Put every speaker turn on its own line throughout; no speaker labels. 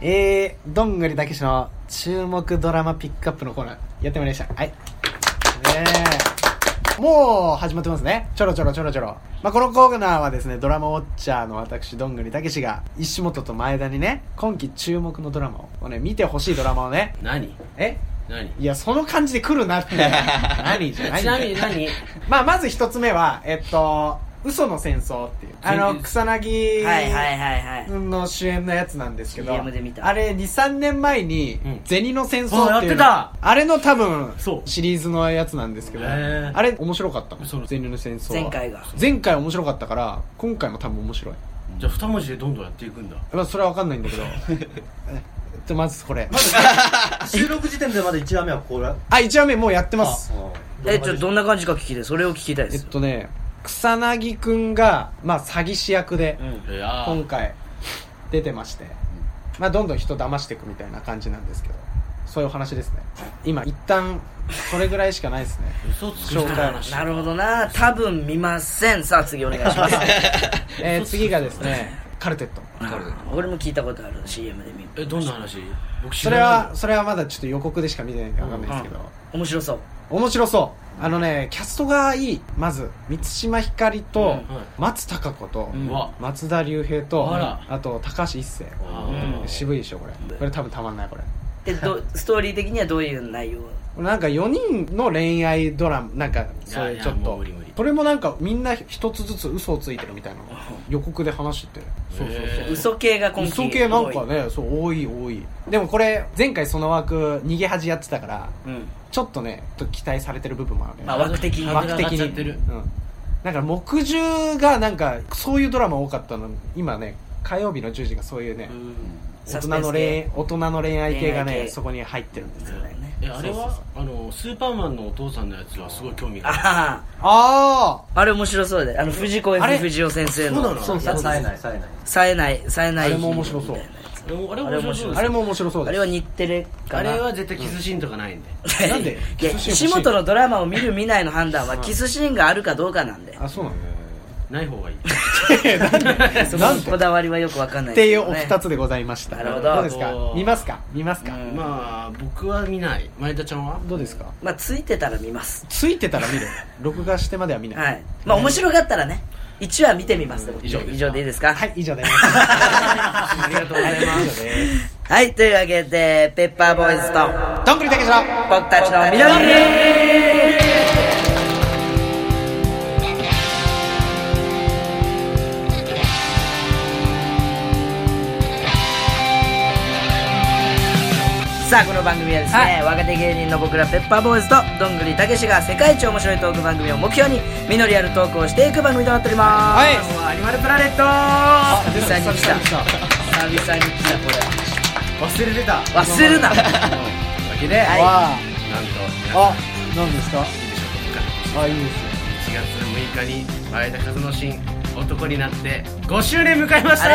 えー、どんぐりたけしの注目ドラマピックアップのコーナーやってまいりましたはいねえもう始まってますねちょろちょろちょろちょろ、まあ、このコーナーはですねドラマウォッチャーの私どんぐりたけしが石本と前田にね今期注目のドラマををね見てほしいドラマをね
何
え
何
いやその感じで来るなって 何じゃ ない
ちなみに何
まあ、まず一つ目は、えっと、嘘の戦争っていう。あの、草薙
はいはいはいはい
の主演のやつなんですけど、
CM で見た
あれ、2、3年前に
うん、
銭の戦争っていうの、
あやって
あれの多分
そ、う
シリーズのやつなんですけど、
へー
あれ面白かったの。
そう
銭の戦争は。
前回が
前回面白かったから、今回も多分面白い。
じゃあ二文字でどんどんやっていくんだ
まあ、それはわかんない んだけど。えっとまずこれ。
収録時点でまだ1話目はこれ
あ、1話目もうやってます。
えちょっとどんな感じか聞きたいそれを聞きたいで
えっ
す
とね、草薙くんが、まあ、詐欺師役で、
いや
今
ー
回出てまして、まあ、どんどん人騙していくみたいな感じなんですけどそういうお話ですね今一旦それぐらいしかないで すね
嘘つく人の話
なるほどな多分見ませんさあ次お願いします
えー次がですねカルテット
俺も聞いたことある CM で見る
えどんな話僕知
そ
ら
れ
ない
はそれはまだちょっと予告でしか見てないんでわかんないですけど、
面白そう
面白そうあのねキャストがいいまず満島ひかりと
うんはい
松たか子と
んうわ
松田龍平と
あら
あと高橋一生
あー
渋いでしょこれこれ多分たまんないこれ
え どストーリー的にはどういう内容
なんか4人の恋愛ドラマなんかそういうちょっ
いやいやも
と
う無理無理
これもなんかみんな一つずつ嘘をついてるみたいなの予告で話しててそうそう
へー
嘘系が
そう
今季
嘘系なんかねそう多い多いでもこれ前回その枠逃げ恥やってたから
多いうん
ちょっとねちょっと期待されてる部分もあるね、
まあ枠的に
枠的
上がっちゃ
に
ってる
うんだから木10がなんかそういうドラマ多かったの今ね火曜日の10時がそういうね、大人の恋大人の恋愛系が
恋愛
ね
系
そこに入ってるんですよね
えあれはあのスーパーマンのお父さんのやつはすごい興味が
あ
あ
は
ああ
あれ面白そうであの藤子
あれ
F 不二雄先生の
そうそう冴えない冴えない
冴えない冴えない
あれも面白そう
日みたいなやつ
るでもあれ
あれ面
面白
白
い
い
あれも面白そう
あ
で
れ
す
は日テレか
あ
な
れは絶対キスシーンとかないんで
なんで
い
キスシー
や
ン欲しい
岸本のドラマを見る見ないの判断はキスシーンがあるかどうかなんで
あそうなの
ない方がいい
そ
な
こ
ん
の
て
こだわりはよくわかんない
っ
で
てい
すけ
う
ど
お
ね
二つでございました
なるほ
ど
ど
うですか見ますか見ますか、
うん
まあ僕は見ない前田ちゃんは
どうですか
まあついてたら見ます
ついてたら見る録画してまでは見ない
はいまあ面白かったらね1話見てみます
以上ですか
以上でいいですか
はい以上ですあ
りがとうございます
す以上です
はいというわけでペッパーボーイズと
どんぐりたけしの
僕たちの緑さあこの番組はですね、
はい
若手芸人の僕らペッパーボーイズとどんぐりたけしが世界一面白いトーク番組を目標に実りあるトークをしていく番組となっております
はい
アニマルプラネット久々に来た久
久々に
々に来たこ
忘れてた
れ忘れるな
だけで なんと
わ
皆さん
ああ何ですか
いいでしょうか
あいいですね
4月6日に前田和之進男になって5周年迎えました
あり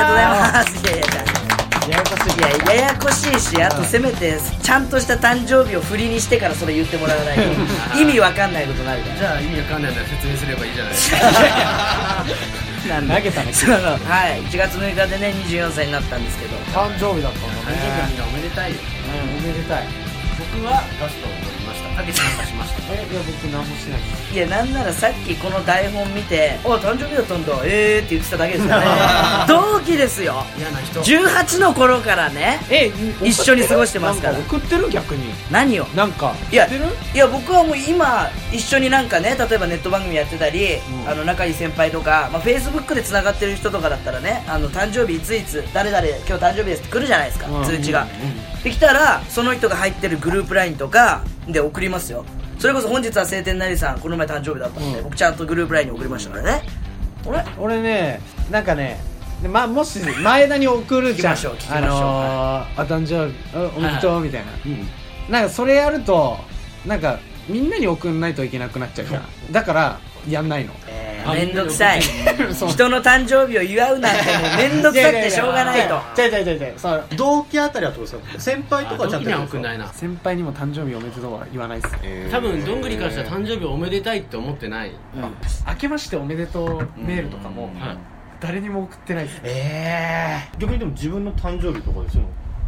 がとうございますいやいや
ややこ しい
いやややこしいしあとせめてちゃんとした誕生日を振りにしてからそれ言ってもらわないと 意味わかんないことになるか
じゃあ意味わかんないなら説明すればいいじゃない ですか
らなん
投
で
げたね
そうはい1月6日でね24歳になったんですけど
誕生日だったんだ
誕生日みんなおめでたいよ
ねおめでたい
僕はガストを飲みましたたけしなんかしました
えいや僕何もしてないです
いやなんならさっきこの台本見て「お誕生日だったんだええー」って言ってただけです からね同期ですよ
嫌な人
18の頃からね
え
一緒に過ごしてますから
なん送ってる逆に
何を
なんか
いや
知ってる
いや僕はもう今一緒になんかね例えばネット番組やってたり、
うん
あの仲いい先輩とか、まあ、Facebook でつながってる人とかだったらねあの誕生日いついつ誰々今日誕生日ですって来るじゃないですか、
うん
通知が、できたらその人が入ってるグループ LINE とかで送りますよそれこそ本日は晴天なりさんこの前誕生日だったんで、
うん
僕ちゃんとグループ LINE に送りましたからね、あれ
俺ねなんかねでま、もし前田に送るじゃん
聞きましょう聞きましょう
あのーあ誕生日あおめでとうみたいな、なんかそれやるとなんかみんなに送んないといけなくなっちゃうからだからやんないの
え
あ
ー、めんどくさい
そう
人の誕生日を祝うなんてもう めんどくさくてしょうがないと
違う違う違う違うそう
同期あたりはどうですか先輩とかはちゃ
同期
んと
に
や
は
る
送んない
んで
な
先輩にも誕生日おめでとうは言わないっすね
多分どんぐりからしたら誕生日おめでたいって思ってない
明けましておめでとうメールとかも
はい
誰にも送ってないっす
すかええ逆にでも自分の誕生日とかですよ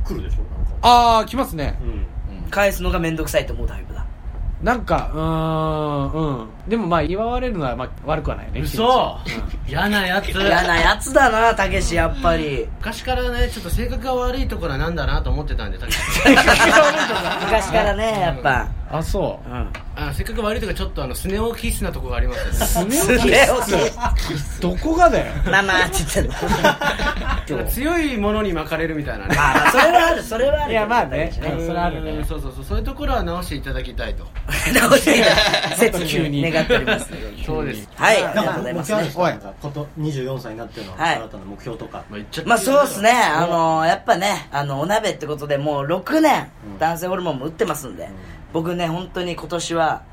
来るでしょなんか
ああ来ますね
うん
返すのがめんどくさいと思うタイプだ
なんかうーんうんでもまあ祝われるのはまあ悪くはないよね
嘘嫌なやつ
嫌なやつだなたけしやっぱり
昔からねちょっと性格が悪いところはなんだなと思ってたんでたけし
昔からねやっぱ
あそう
あ性格悪いとかちょっとあのスネ夫気質なところがありますよね
すげえ大きい
どこがだよ
ママって言ってんの
なんか強いものに巻かれるみたいなね
あまあそれはあるそれはある
いやまあね
たけし
うんそれあるね
うんそうそうそうそういうところは直していただきたいと
直して切
急に
に願っております
そうです
はいあり
なん
がとうご
か
ざい
目
ます
標ある
ね
んですかなんかこと24歳になっての
はい
新たな目標とか
まあ言っちゃって
まあそうですねあのやっぱねあのお鍋ってことでもう6年男性ホルモンも打ってますんで僕ね本当に今年は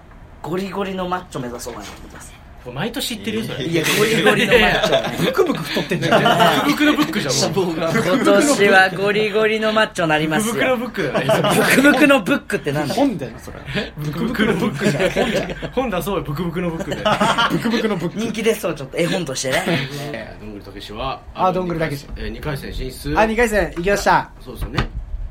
ゴリゴリのマッチョ目指そうかなと思ってます
これ毎年言ってるよそれ
いやゴリゴリのマッチ ョ
ブクブク太ってんじゃん
福袋ブックじゃんもう
今年はゴリゴリのマッチョになります
福
よ
袋ブックだ
ブ
ね
クブクのブックってなんだ
本だよそれ
ブクブクのブックじゃん本じゃん本出そうよブクブクのブックで
ブクブクのブ
人
ッ
気ですそうちょっと絵本としてね
えーどんぐりたけしは
あどんぐりたけし
2回戦進出
クあ二回戦行きました
そうですよね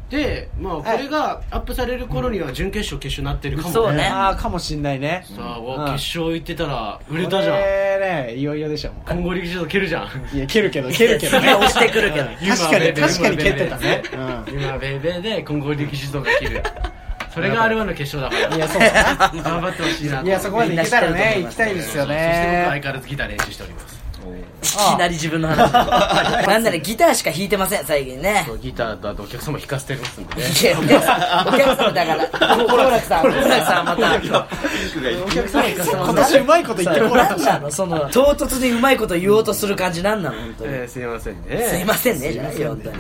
でまあこれがアップされる頃には準決勝決勝になってるかも
そうね
ああかもしんないね
さあ、
うん
わ決勝行ってたら売れたじゃん
これねいよいよでしょも
今後力士と蹴るじゃん
ういや蹴るけど蹴るけど
いや
ね
押してくるけど
確かに確かに蹴ってたね
今ベイベーで今後力士とが蹴 るそれが R1 の決勝だから
いやそうだな
頑張ってほしいない
やそこまで行けたらね行きたいですよ
そして僕は相
ね
変わらずギター練習しております
いきなり自分の話なんならギターしか弾いてません最近ね
ギターだとお客様弾かせてますんでね
いやお客さんお客様だから好楽さん好楽さんまた
お客さん
今年うまいこと言ってこな
ないんなのその唐突にうまいこと言おうとする感じなんなの本当に
えーすいません
すい
ね
ませんねじゃないよ本当に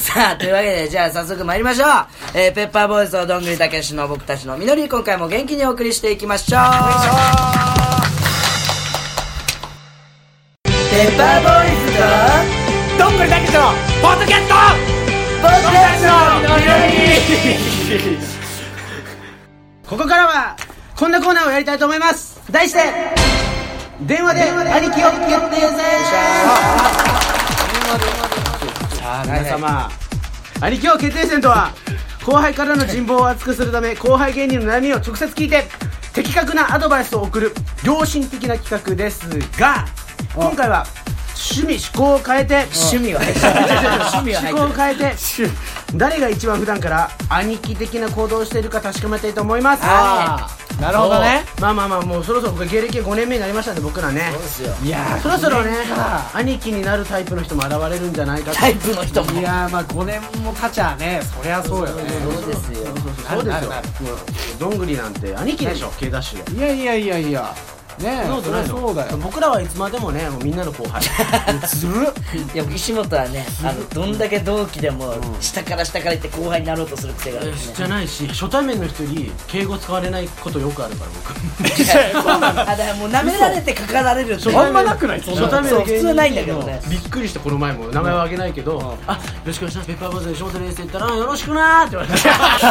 さあというわけでじゃあ早速参りましょう、えーペッパーボーイズとどんぐりたけしの僕たちの実り今回も元気にお送りしていきましょうペッパーボーイズと
どんぐりだけしろポッドキャスト
僕たちの実り
ここからはこんなコーナーをやりたいと思います題して電話で兄貴を決定戦さあ皆様兄貴を決定戦とは後輩からの人望を厚くするため後輩芸人の悩みを直接聞いて的確なアドバイスを送る良心的な企画ですが今回は趣味嗜好を変えて
趣味は入ってる趣味は
思
入
考を
ってる
変えて誰が一番普段から兄貴的な行動をしているか確かめたいと思います
は
なるほどね
まあまあまあもうそろそろ僕芸歴5年目になりましたんで僕らね
そうですよ
いや
そろそろね兄貴になるタイプの人も現れるんじゃないかと
タイプの人も
いやーまあ5年も経ちゃねそりゃそうよね
そうですよ
そうですよ
なる
もうどんぐりなんて兄貴でしょ K ダッシュで
いやいやいやいやねえ
そんなことないの
そうだよ
僕らはいつまでもねもうみんなの後輩
ずるっ
いや岸本はねあのどんだけ同期でも下から下から行って後輩になろうとする癖があるんですね
じゃないし初対面の人に敬語使われないことよくあるから僕
あだからもう舐められてかかられるって
あんまなくないそんな
初対面
そう
の
普
芸
通
人
ないんだけどね
びっくりしてこの前も名前は挙げないけど、あよろしくお願いしますペッパーボーイズの翔太ですって言ったらよろしくなーって言われ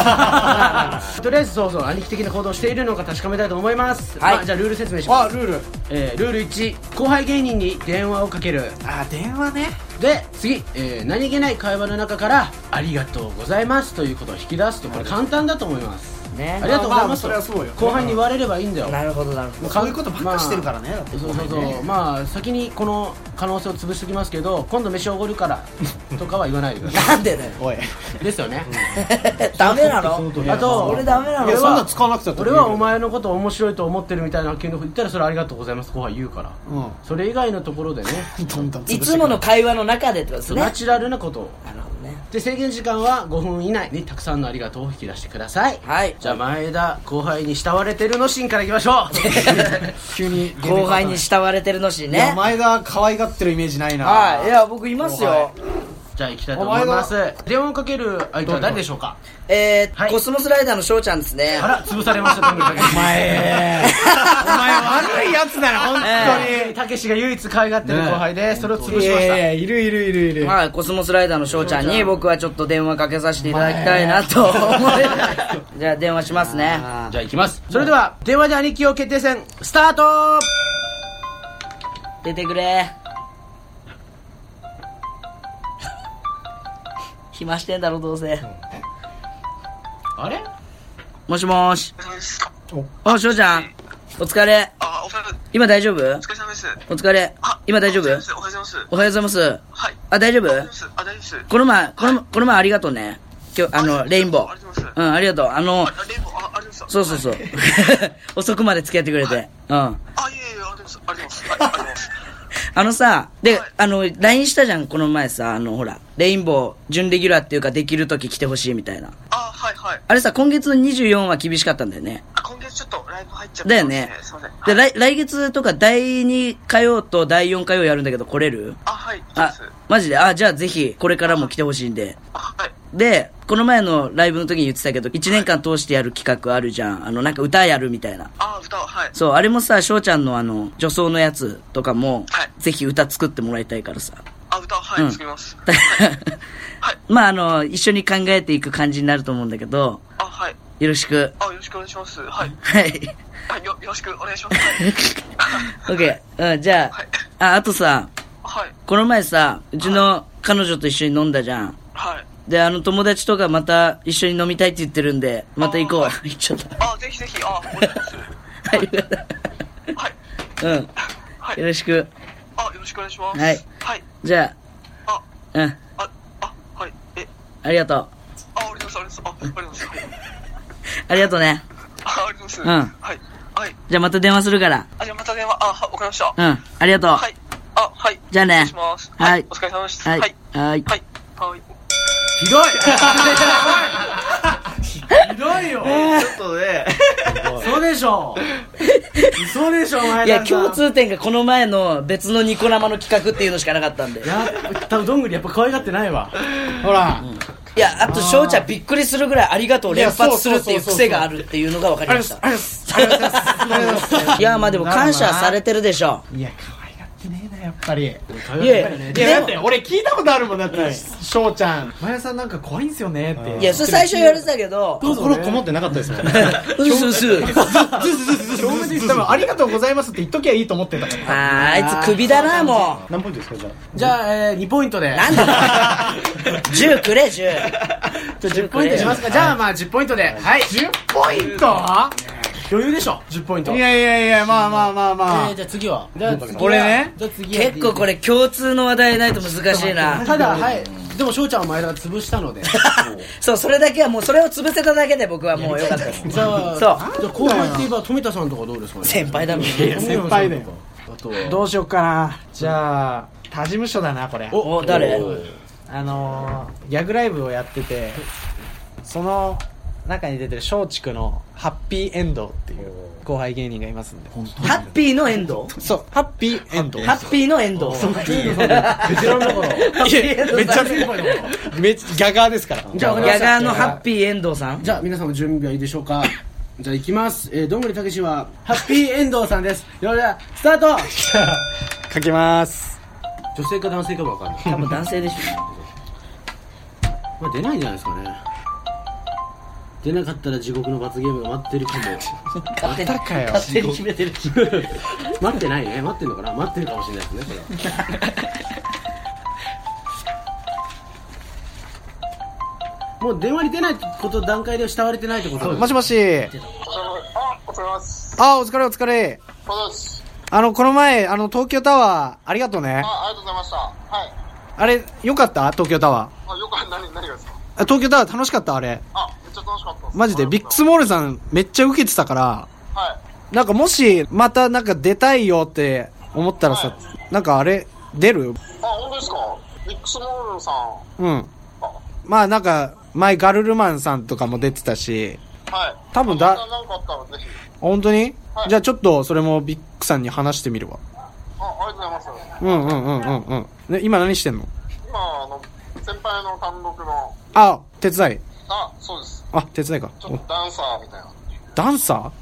てとりあえずそうそう兄貴的な行動をしているのか確かめたいと思います、
はい
まあ、じゃあルール説明し
あ
ます
ルール
えールール1後輩芸人に電話をかける
あー電話ね
で次、えー何気ない会話の中から「ありがとうございます」ということを引き出すとこれ簡単だと思いますあり
ね
がとうございますと、
まあまあそれはそうよ
後輩に言われればいいんだよ、
なるほどなるほど
そういうことばっかしてるからねだって
そうそうそうまあ先にこの可能性を潰しておきますけど今度飯おごるからとかは言わないでくださ
なんでだよ
おいい
い ですよね
ダメなの
あと
俺ダメなの
やそんな使わなくたって
俺はお前のこと面白いと思ってるみたいな言ったらそれありがとうございます後輩言うから
うん
それ以外のところ でね
どんどん潰して
いつもの会話の中でってことですね
ナチュラルなことを
なるほどね
で制限時間は5分以内にたくさんのありがとうを引き出してください
はい
じゃあ前田後輩に慕われてるのシーンからいきましょ
急に
後輩に慕われてるのし
いや
ね
前田可愛がってるイメージないな
はいいや僕いますよ
う じゃあ行きたいと思います電話をかける相手は誰でしょうか
え
は
ー
い
コスモスライダーの翔ちゃんですね
あら潰されま したどんぐりたけし
お前 お前悪いやつだよ本
本当にたけしが唯一可愛がってる後輩でそれを
当
潰
に
しました
やいるいるいるいる
はい、コスモスライダーの翔ちゃんに僕はちょっと電話かけさせていただきたいなと思います。じゃあ電話しますね。
じゃあ行きますそれでは電話で兄貴を決定戦スタート
出てくれ。暇してんだろどうせ
あれ
もしもーし
お疲れ様です。
あしょうちゃんお疲れ
あ、お疲れ様です。
今大丈夫
お疲れ様です。
お疲れ
あ、
今大丈夫
おはようございます。
おはようございます
はい。
あ大丈夫
おはようございます。あ、大丈夫です。
この前このこの前ありがとうね今日あのレインボ
ありがとうござい
ー
ます
うんありがとうあの
あ、レイボー、あ、ありがとうございます。
そうそうそう 遅くまで付き合ってくれてうん
あ、いえいえ、ありがとうございます。ありがとうございます。はいありがとうございます。
あのさ、で、あの、LINE したじゃん、この前さ、あの、ほら、レインボー、準レギュラーっていうか、できる時来てほしいみたいな。
あ、はいはい。
あれさ、今月の24は厳しかったんだよね。
あ今月ちょっとライブ入っちゃった。
だよね
すいません。。
で、
はい
来来月とか、第2火曜と第4火曜やるんだけど、来れる
あ、はい。そうで
あ
す。、
マジであ、じゃあぜひ、これからも来てほしいんで。
あ、はい。
で、この前のライブの時に言ってたけど、1年間通してやる企画あるじゃん。あの、なんか歌やるみたいな。
あ、歌は、はい。
そう、あれもさ、翔ちゃんのあの、女装のやつとかも、
はい
ぜひ歌作ってもらいたいからさ。
あ、歌は、は
うん
い。作 ります。はい。
まああの一緒に考えていく感じになると思うんだけど
あ、はい。
よろしく
あ、よろしくお願いします。はい。
はい
はい。よ、よろしくお願いします。はい。
OK、うん、じゃ
はい
あああとさ
はい。
この前さうちの彼女と一緒に飲んだじゃん
はい。
であの友達とかまた一緒に飲みたいって言ってるんでまた行こう行っちゃっ
あ、ぜひぜひ、あ、お願いします。
たはい
はい。
うん
はい
よ。ろしく
あ、よろしくお願いします。
はい
はい。
じゃ
あ、
あうん
あ、あ、はい。え、
ありがとう
あ、ありがとうございます。あ、ありがとうございます。
ありがとうね
あ、ありがとうございます。
うん
はい。はい。
じゃあまた電話するから
あ、じゃあまた電話。あ、はわかりました。
うんありがとう
はい。あ、はい。
じゃあね
失礼します。
はい
お疲れ様でした。
は
はいい。
はい
はい。はい。
ひどいひど いよ
ちょっとね、
嘘でしょ嘘でしょお前
いや共通点がこの前の別のニコ生の企画っていうのしかなかったんで
や多分どんぐりやっぱ可愛がってないわほら
いや、あと、翔ちゃんびっくりするぐらいありがとうを連発するっていう癖があるっていうのが分かりました。いや、まあでも感謝されてるでしょ
いや可愛がってねえなやっぱり
う。いや、
いやだっ
で
て俺聞いたことあるもんだって翔ちゃん「真矢さんなんか怖いんすよね」っ
も、
て
いや、それ最初言われてたけど、
心こもってなかったですもん ね。
うすうす。
正直多分ありがとうございますって言っときゃいいと思ってたから
あー、あいつ首だな、も
何ポイントですかじゃ
じゃあ、えー、2ポイントで
う。なんだ ?10 くれ、10。
じゃあ10ポイン トしますかじゃあまあ10ポイントではい
10ポイント
余裕でしょ10ポイント
いやいやいやまあまあまあまあ
じゃあ次は
俺ね
じゃあ次
結構これ共通の話題ないと難しいな。
ただはいでも翔ちゃんは前田が潰した のでじ
そう、それだけはもう、それを潰せただけで僕はもう良かったです。
ゃあ
そう。
じゃあ後輩って言えば富田さんとかどうですかね
先輩だもん。
先輩だよ
あとは
どうしよっかなじゃあ他事務所だなこれ
お、誰
あのー、ギャグライブをやっててその中に出てる松竹のハッピーエンドっていう後輩芸人がいますんで
ハッピーのエンド
そうハッピーエンド
ハッピーのエンド。
ベテランだから
めっちゃめっちゃギャガーですから
じゃあわかりま
ヤ
した
ガーのハッピー遠藤さん
じゃあ皆さんも準備はいいでしょうかじゃあ行きます、えー、どんぐりたけしはハッピーエンドさんですよりゃスタート
書きます
女性か男性かも分かんない
多分男性でしょ
まあ出ないんじゃないですかね出なかったら地獄の罰ゲームが待ってる かも
勝手に
またかよ
勝手に決めてるし
待ってないね待ってんのかな待ってるかもしれないですねこれは もう電話に出ないこと段階で慕われてないってこと
もしもし
あ、お疲れ様です。
あお疲れお疲れ
お疲れ様です。
あのこの前あの東京タワーありがとうね
あ、ありがとうございました。はい。
あれよかった東京タワー
あ、よく、 何、何がですか
あ東京タワー楽しかったあれ
あ、めっちゃ楽しかったです。
マジでビッグスモールさんめっちゃ受けてたから
はい。
なんかもしまたなんか出たいよって思ったらさなんかあれ出る
あ、本当ですかビッグスモールさん。
うんまあなんか前ガルルマンさんとかも出てたし
はい。
多分
また
だ
何かあったらぜひ。
本当に
はい
じゃあちょっとそれもビッグさんに話してみるわ
あ、ありがとうございます。
うんうんうんうんうんね今何してんの
今、あの、先輩の単独の、
あ手伝い
あ、そうです。
あ手伝いか
ちょ
お
っとダンサーみたいな。
ダンサー
はい。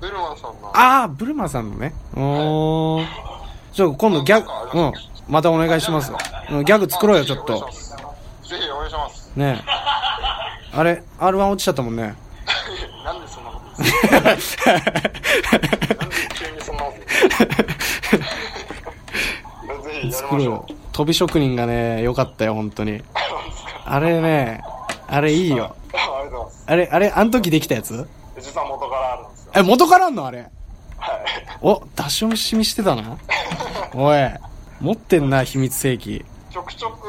ブルマンさんの。
ああブルマさんのねおーちょっと今度ギャグうんまたお願いしますうんギャグ作ろうよちょっと
あ。ぜひお願いします。
ねえあれ R1 落ちちゃったもんね
ぜひお願いしますなんでそんなことです なんで急にそんなことぜひやりま
作る
しょ
よ飛び職人がね良かったよ本当に
う。
あれね、あれいいよ。
ありがとうございます
あれ、あれ、あの時できたやつ
実は元からあるんですよ
え、元からあんのあれ。
はい
お、出し惜しみしてたな。おい、持ってんな、秘密兵器。
ちょくちょく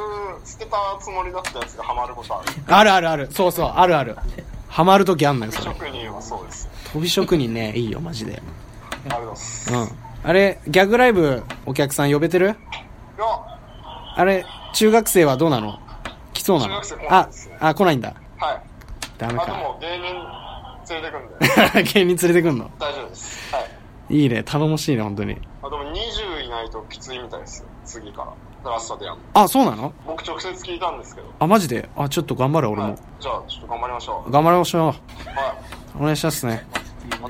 捨てたつもりだったやつがハマることある
あるあるある。そうそう、あるある。ハマる時あんのよ、それ。
職人はそうです
飛び職人ね、いいよ、マジで。
ありがとうございます
うん。あれ、ギャグライブ、お客さん呼べてる
いやは
あれ、中学生はどうなの来そうなの
中学生来ない
あ
ですね、
あ、来ないんだ。
い
ダメ
あで
か。
も芸人連れてくん で
芸人連れてくんの
大丈夫ですはい
いいね、頼もしいね、本当に。
あでも20いないときついみたいですよ次からラストでやるの
あ、そうなの
僕直接聞いたんですけど
あ、マジであ、ちょっと頑張る、俺
はい
も。
じゃあちょっと頑張りましょう
頑張りましょう。
はい
お願いしますね。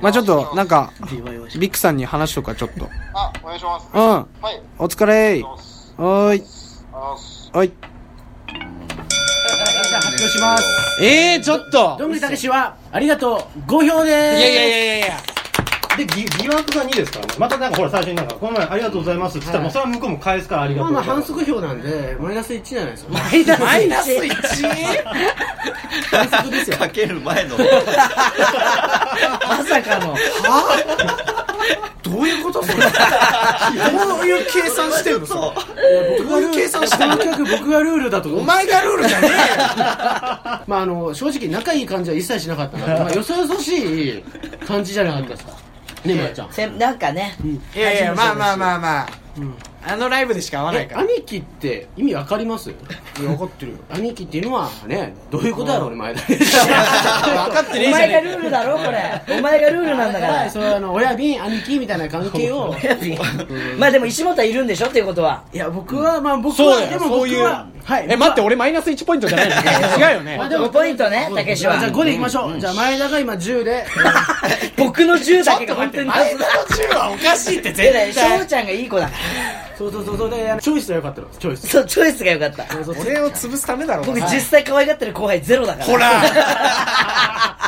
まあちょっと、なんか、ビックさんに話しとくか、ちょっ と。
あお願いします
うん
はい
お疲れ
あ
ー
りがとうございます
はーい。
ありがとうございます
はい。
発表します
えー、ちょっと
どんぐりたけしはありがとう5
い
票でーす
やいやいやいやいや
で、疑疑惑が2ですからね。またなんかほら、最初になんか、この前ありがとうございますって言ったら、もうそれは向こうも返すからありが
ま
と
あ
うご
ま
ざ
あ
いま
反
す。
則票なんでマイナス1じゃないですか
マイナス 1?
反則ですよ
かける前の。
まさかの
どういうことそれ
どういう計算してんのそ
僕がルール計算したの僕がルールだと思
れ
う
お前がルールじゃね
まああの正直仲いい感じは一切しなかった な、まあ、よそよそしい感じじゃなかったですかねまやちゃん
せんなんかね
えよいやいや、まあまあまあまあ。あのライブでしか会わない
え
から。
兄貴って意味わかります
分かってるよ。
兄貴っていうのはねどういうことだろうね前田
分かってねえ
お
じゃ
前
ね
がルールだろこれお前がルールなんだ か
は
ら
いそうあの親瓶兄貴みたいな関係 を
まあでも石本はいるんでしょっていうことはい
や僕はまあ僕
そう
は
だ
で
よ、
も
そう
僕
いう
は。はい
え、待って、俺マイナス1ポイントじゃない の違うよね。
でも
5ポイントねたけし
じゃあ
は
5でいきましょうじゃあ前田が今10で
僕の10だけが本当に謎だ
10はおかしいって
えらい翔ちゃんがいい子だから
そうそうそうそうであのチョイスが良かったのチョイス
そうチョイスが良かった
俺を潰すためだろ
僕実際可愛がってる後輩ゼロだから
ほら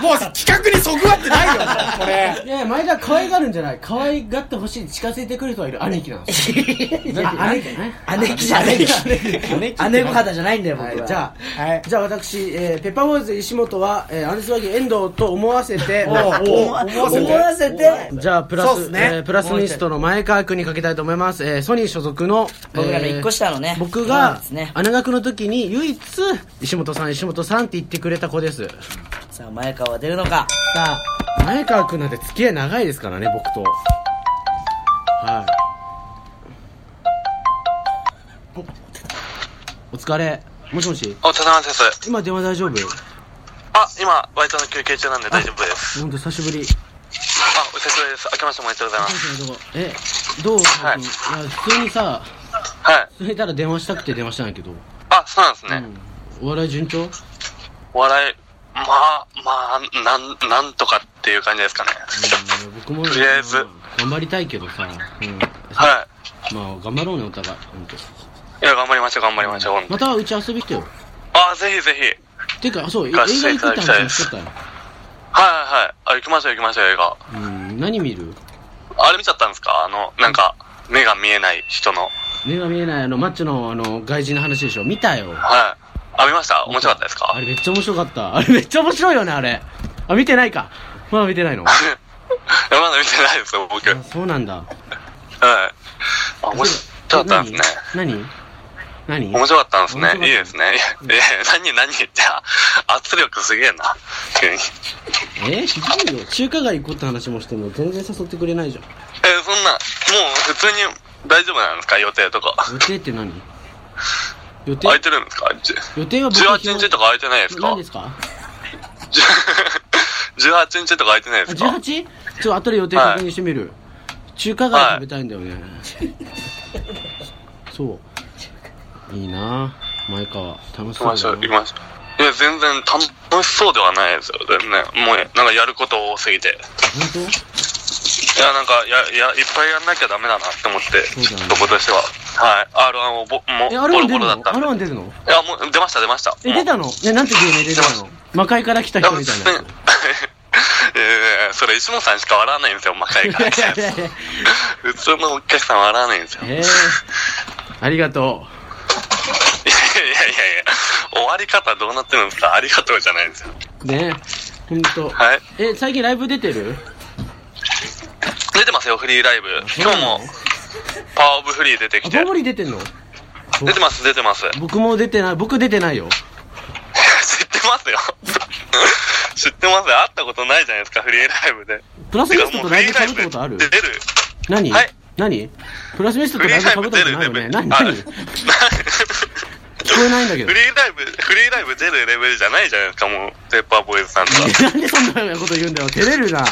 もうさ企画にそぐわってないよこれ
いやいや前田は可愛がるんじゃない可愛がってほしい近づいてくる人はいる兄貴なんですあ兄貴ね
姉貴じゃねえか姉御肌じゃないんだよ僕
はい
は
じゃあ、
はい
じゃあ私、えーペッパーボーイズ石本は、えーアンスワギ遠藤と思わせて、
思わ思わせて
じゃあプラ
そうっ
ス、
すね
えープラスミストの前川君にかけたいと思います、えーソニー所属の
僕らの
えー
一個下のね
僕
そう
が
ですね
穴学の時に唯一石本さん石本さんって言ってくれた子ですさ
さあ前川は出るのか
あ前川君なんて付き合い長いですからね僕とはいおお疲れもしもし
お疲れ様です。
今電話大丈夫
あ、今、バイトの休憩中なんで大丈夫です。
ほんと久しぶり
あ、お久しぶりです。明けましておめでとうございます。
えどう、
はい
いや普通にさ
はい。
普通にたら電話したくて電話したんやけど、
あ、そうなんですね。
お笑い順調
お笑い、まあ、まあ、なん、なんとかっていう感じですかね。
僕も
とりあえず
頑張りたいけどさ、うん、
は
まあ頑張ろうねお互い本当
い。いや、頑張りましょう、頑張りましょう。
またうち遊び来てよ
あ、ぜひぜ
て
ひ。
かそう映画
行か
行
せて
く
い
ったて
だきた
話
いで
も
す
しとったよ
はいはい。あ、行きましょう、行きましょう、映画。
うん何見る
あれ見ちゃったんですかあの、なんか、目が見えない人の。
目が見えないあのマッチョのあの外人の話でしょ見たよ
はい。あ、見ました面白かったです
あ
か
れめっちゃ面白かったあれめっちゃ面白いよねあれあ見てないかまだ見てないの
いや、まだ見てないですよ、僕。はい
あ。そうなんだ
あ、面白かったんですね。
何何何
面白かったんです
面白か。った
ねいいですね。いやいや、何、何言って、圧力すげえな。急に。
えひどいよ中華街行こうって話もしても全然誘ってくれないじゃん
え、そんな、もう普通に大丈夫なんですか予定とか。
予定って何予定
空いてるんですかじ
予定は僕
18日とか空いてないですか
何 ですか
じゅ ?18 日とか空いてない
あ
ですか
18? ちょっと後で予定確認してみる、中華街食べたいんだよね、そういいな前川楽し
行きましょ、
そうう
行き
だ
ましょう。いや、全然楽しそうではないですよ、全然。もう、なんかやること多すぎて。
本
いや、なんか、や、や、いっぱいやんなきゃダメだなって思って、
そうだね
僕としては。はい。R1 をぼ、も
当えあ
う、ボ
れ
ロ
ン出
ボ
る
ロだ
の
ったん
あ
で。
れン出るの
いや、もう、出ました、出ました。
え出たのねなんて芸名出たの魔界から来た 人みたいなやつ
いやいやそれ石本さんしか笑わないんですよ、魔界から来たやつ。普通のお客さん 笑わないんですよ。いやい
えー、ありがと
やいやいや、終わり方どうなってるんですかありがとうじゃないんですよ。
ねえほんと
はい。
え最近ライブ出てる
出てますよ、フリーライブ。今日も、パワーオブフリー出て
あ
きて
バ。モリ出てんの
出てます、出て ます。
僕も出てない僕出てないよ
知ってますよ。 知ってますよ。会ったことないじゃないですか、フリーライブで。
プラスミストとライブ
てか
被
も
っ
う
たことある
フリーライブで出る。
何、
はい
何プラスミスト
フ
と
リ
ライ
ー
ブ
ライ
被
ブ
ったこ
出
と
る
ない
レ
よ
ベル
ね。何
あ
何聞こえないんだけ
フ
ど
リーライブ、フリーライブ出るレベルじゃないじゃないですか、もう、ペッパーボーイズさんと は。
なんでそんなようなこと言うんだよ照れるなあ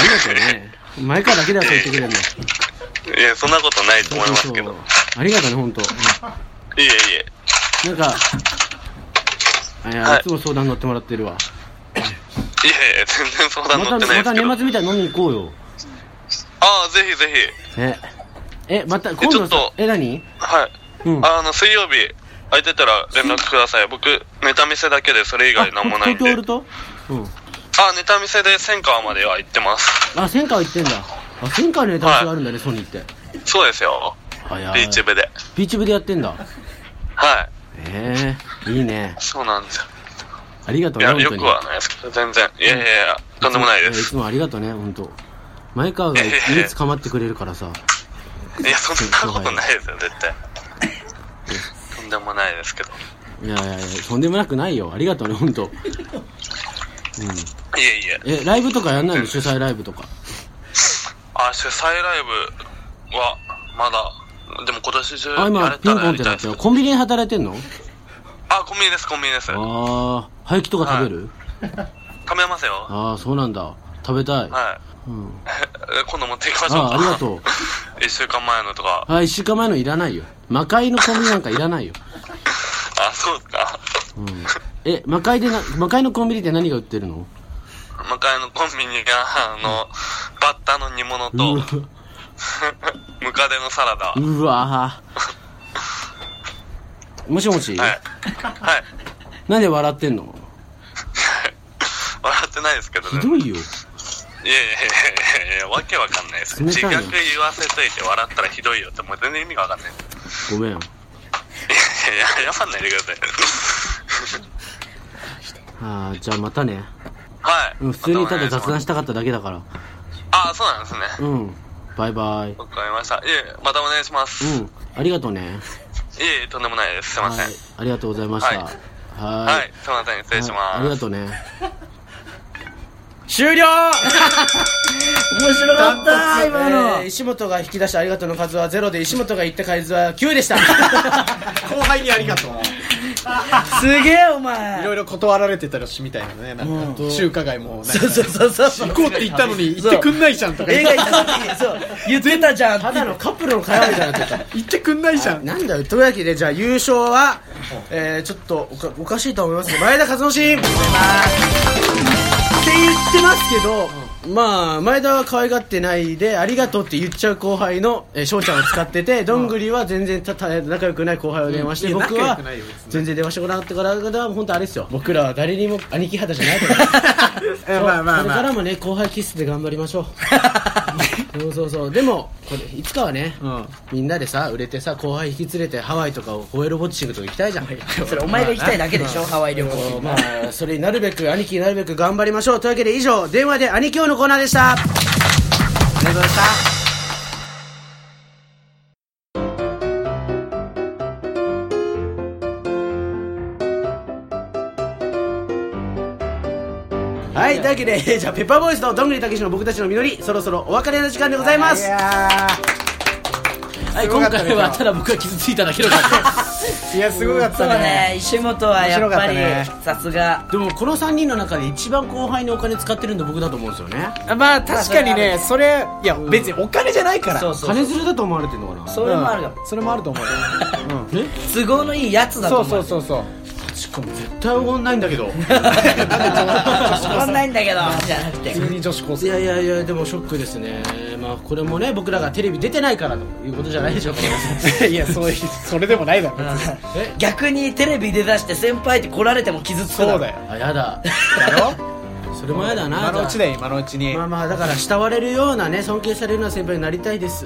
りがとうね前からだけだと言ってくれるの
いや、そんなことないと思いますけど。
ありがとうね本当
いえいえ。
なんかあいや、
はい
い、つも相談乗ってもらってるわ
いやいや、全然相談
ま
乗
た
ってない
ま
です
た
けど。
年末みたいに飲みに行こうよ
ああ、ぜひぜひ。
ねえまた今度
ちょ
さ
っと
え何
はい。
うん
あの、水曜日、空いてたら連絡ください。僕、ネタ見せだけで、それ以
あ
外なんもないん
東
で
京。オルトうん
あ、ネタ見せで千川までは行ってます。
あ千川行ってんだあ千川のネタ合わせがあるんだね、ソニーって
そうですよ。
あや
ビーチ部で。
ビーチ部でやってんだ
はい。
ええいいね
そうなんですよ。
ありがとう
い
ね
や、
本
よ
当に
くはないですけど、全然。いやいやいや、とんでもないで
い
す。
つもありがとうね本当前川が
いやいやいや
唯一構ってくれるからさ
いや、そんなことないですよ、絶対。とんでもないですけど。
いやいやいやとんでもなくないよありがとうね本当
いえいえ。
えライブとかやんないの主催ライブとか
あ、主催ライブは、まだ、でも今年中
あ
や
今
れ
ピ
た
ンポ
ら
ン
や
っ
り
て
た
ないった
です
よ。コンビニで働いてんの
あ、コンビニです、コンビニです。食
ああ廃棄とか食べる
べますよ。
ああそうなんだ食べたい
はい。
うん
今度持っていきましょう
ああ
か。
ありがとう
一週間前のとか。
あ1週間前のいらないよ魔界のコンビニなんかいらないよ
あ、そうですか。
うんえ魔界でな魔界のコンビニで何が売ってるの
向かいのコンビニが、あの、バッタの煮物
う
と
わ、
ムカデのサラダ。はいう
わもしもし、。
はい。
なんで笑ってんの
笑ってないですけど
ひ
ね。
どいよ
いやいやいやいや、わけわかんないです。
冷
自
たい
虐
な
言わせといて笑ったらひどいよって、もう全然意味がわかんない。い
ごめん
やいや、謝んないでください。
あーじゃあまたね
はい。
うん普通にただ雑談
し
したかっただけだから
あ、そうなんですね。
うんバイバイ
わかりました。いえ、またお願いします。
う
い
んありがとうね
え、とんでもないです。すいま
は
せん。
い
は
ありがとうございました
は
はいーい
い。すいません。失礼し
はいあり
ま
が
す。
とうね
終了
面白かった今の、
えー石本が引き出したありがとうの数はゼロで石本が言った数は9でした
後輩にありがとう
すげえお前
いろいろ断られてたらしみたいなねなんか中華街もなんか
そうそうそうそう
行こうって言ったのに行ってくんないじゃんとか
映
言っ
画行った時にそう言ってたじゃんって
ただのカップルの会話みたいになって
て行ってくんないじゃ
た
ん
なんだよというわけでじゃあ優勝は、えー、ちょっとおかおかしいと思いますけど前田和之進って言ってますけど、まあ前田は可愛がってないでありがとうって言っちゃう後輩の翔、えー翔ちゃんを使っててどんぐりは全然たた仲良くない後輩を電話して、
うんいや
僕は
仲良くないよ別に
全然電話してこなかったからだ本当あれですよ僕らは誰にも兄貴肌じゃないから
えまあまあ
これ
ま
か
あ
らもね後輩キスで頑張りましょ うそうそうそうでもこれいつかはね、
ん
みんなでさ売れてさ後輩引き連れてハワイとかをホエールウォッチングとか行きたいじゃん
それお前が行きたいだけでしょハワイ旅行
そうまあそれになるべく兄貴になるべく頑張りましょうというわけで以上電話で兄貴をのコーナーでした
ありがとうございました
はいというわけで、えーじゃあペッパーボーイスとどんぐりたけしの僕たちの実りそろそろお別れの時間でございます
はい今回はただ僕が傷ついただけだから
いやすごかっ
そう
たね
ね石本はやっぱり
面白か
さすが
でもこの3人の中で一番後輩にお金使ってるんで僕だと思うんですよね
まあ確かにねそれいや別にお金じゃないから
そうそう
金づるだと思われてるのかな
それもあるよ
それもあると思う
都合のいいやつだと
そう
思う
そうそうそう
しかも絶対おごんないんだけど
わかんないんだけどじゃなくて
普通に女子高
い
生
やいやいやでもショックですねまあこれもね僕らがテレビ出てないからということじゃないでしょうか
いやそういうそれでもないだろ
逆にテレビ出だして先輩って来られても傷つく
そうだよ
あや
だ
だ
ろ
それもやだな
今のうち
じゃ
だよ今のうちに
あまあまあだから慕われ るようなね尊敬されるような先輩になりたいです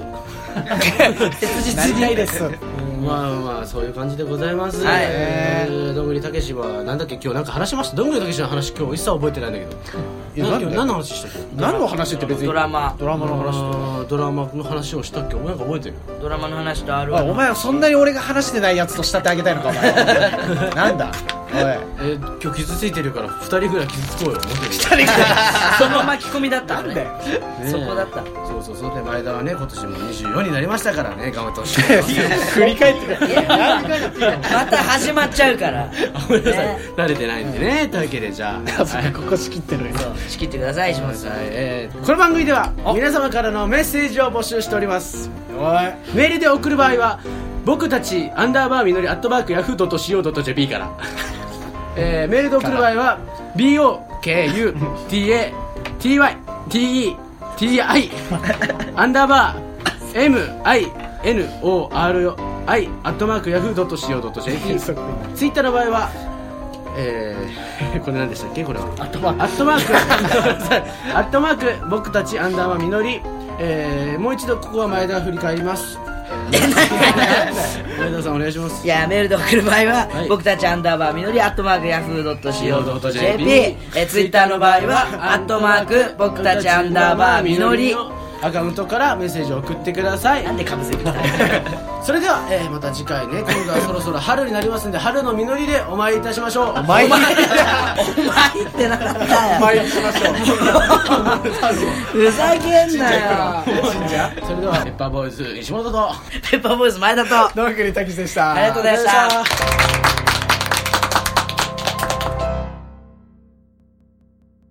切
なり
実
たい
に
です
まあまあそういう感じでございます、
はい
えーどんぐりたけしはなんだっけ今日なんか話しましたどんぐりたけしの話今日一切覚えてないんだけど
や
な
なんん
か
で
今日何の話したっけ
何の話って別に
ドラマ
ドラマの話とか
あードラマの話をしたっけお前なんか覚えてる
ドラマの話とある
おいお前はそんなに俺が話してないやつと慕ってあげたいのかお前はなんだお
えー今日傷ついてるから2人ぐらい傷つこうよ思ってるよ
い
その巻き込みだったなんだよ
ね
そこだった
そうそうそうで前田はね今年も24になりましたからね頑張ってほしい
振り返ってくれ何回だっていいよ
また始まっちゃうから
ごめんなさい
ね
慣れてないんでねというわけでじゃ あ
あそこここ仕切ってる
そう仕切ってください石本さん
はいえーこの番組では皆様からのメッセージを募集しておりますメールで送る場合は僕たちアンダーバーみのりアットマークヤフー .co.jp から、えーメールで送る場合は BOKUTATYTETI アンダーバー MINORI アットマークヤフー .co.jp ツイッターの場合はえー、これ何でしたっけこれはアットマークア ットマーク僕たちアンダーマンみのり、えー、もう一度ここは前田振り返ります前田さんお願いします
いやメールで送る場合は、
はい
僕たちアンダーバーみのりアットマークヤフー .co.jp
JP
えツイッターの場合はアットマーク僕たちアンダーバーみのり
アカウントからメッセージを送ってください
なんでかぶせてきた
それでは、えー、また次回ね今度はそろそろ春になりますんで春の実りでお参りいたしましょう お参り
お前ってなかったよ
参りしましょう
ふざけんなよ
それではペッパーボーイズ石本と
ペッパーボーイズ前田と
どんぐりたけしでした
ありがとうございました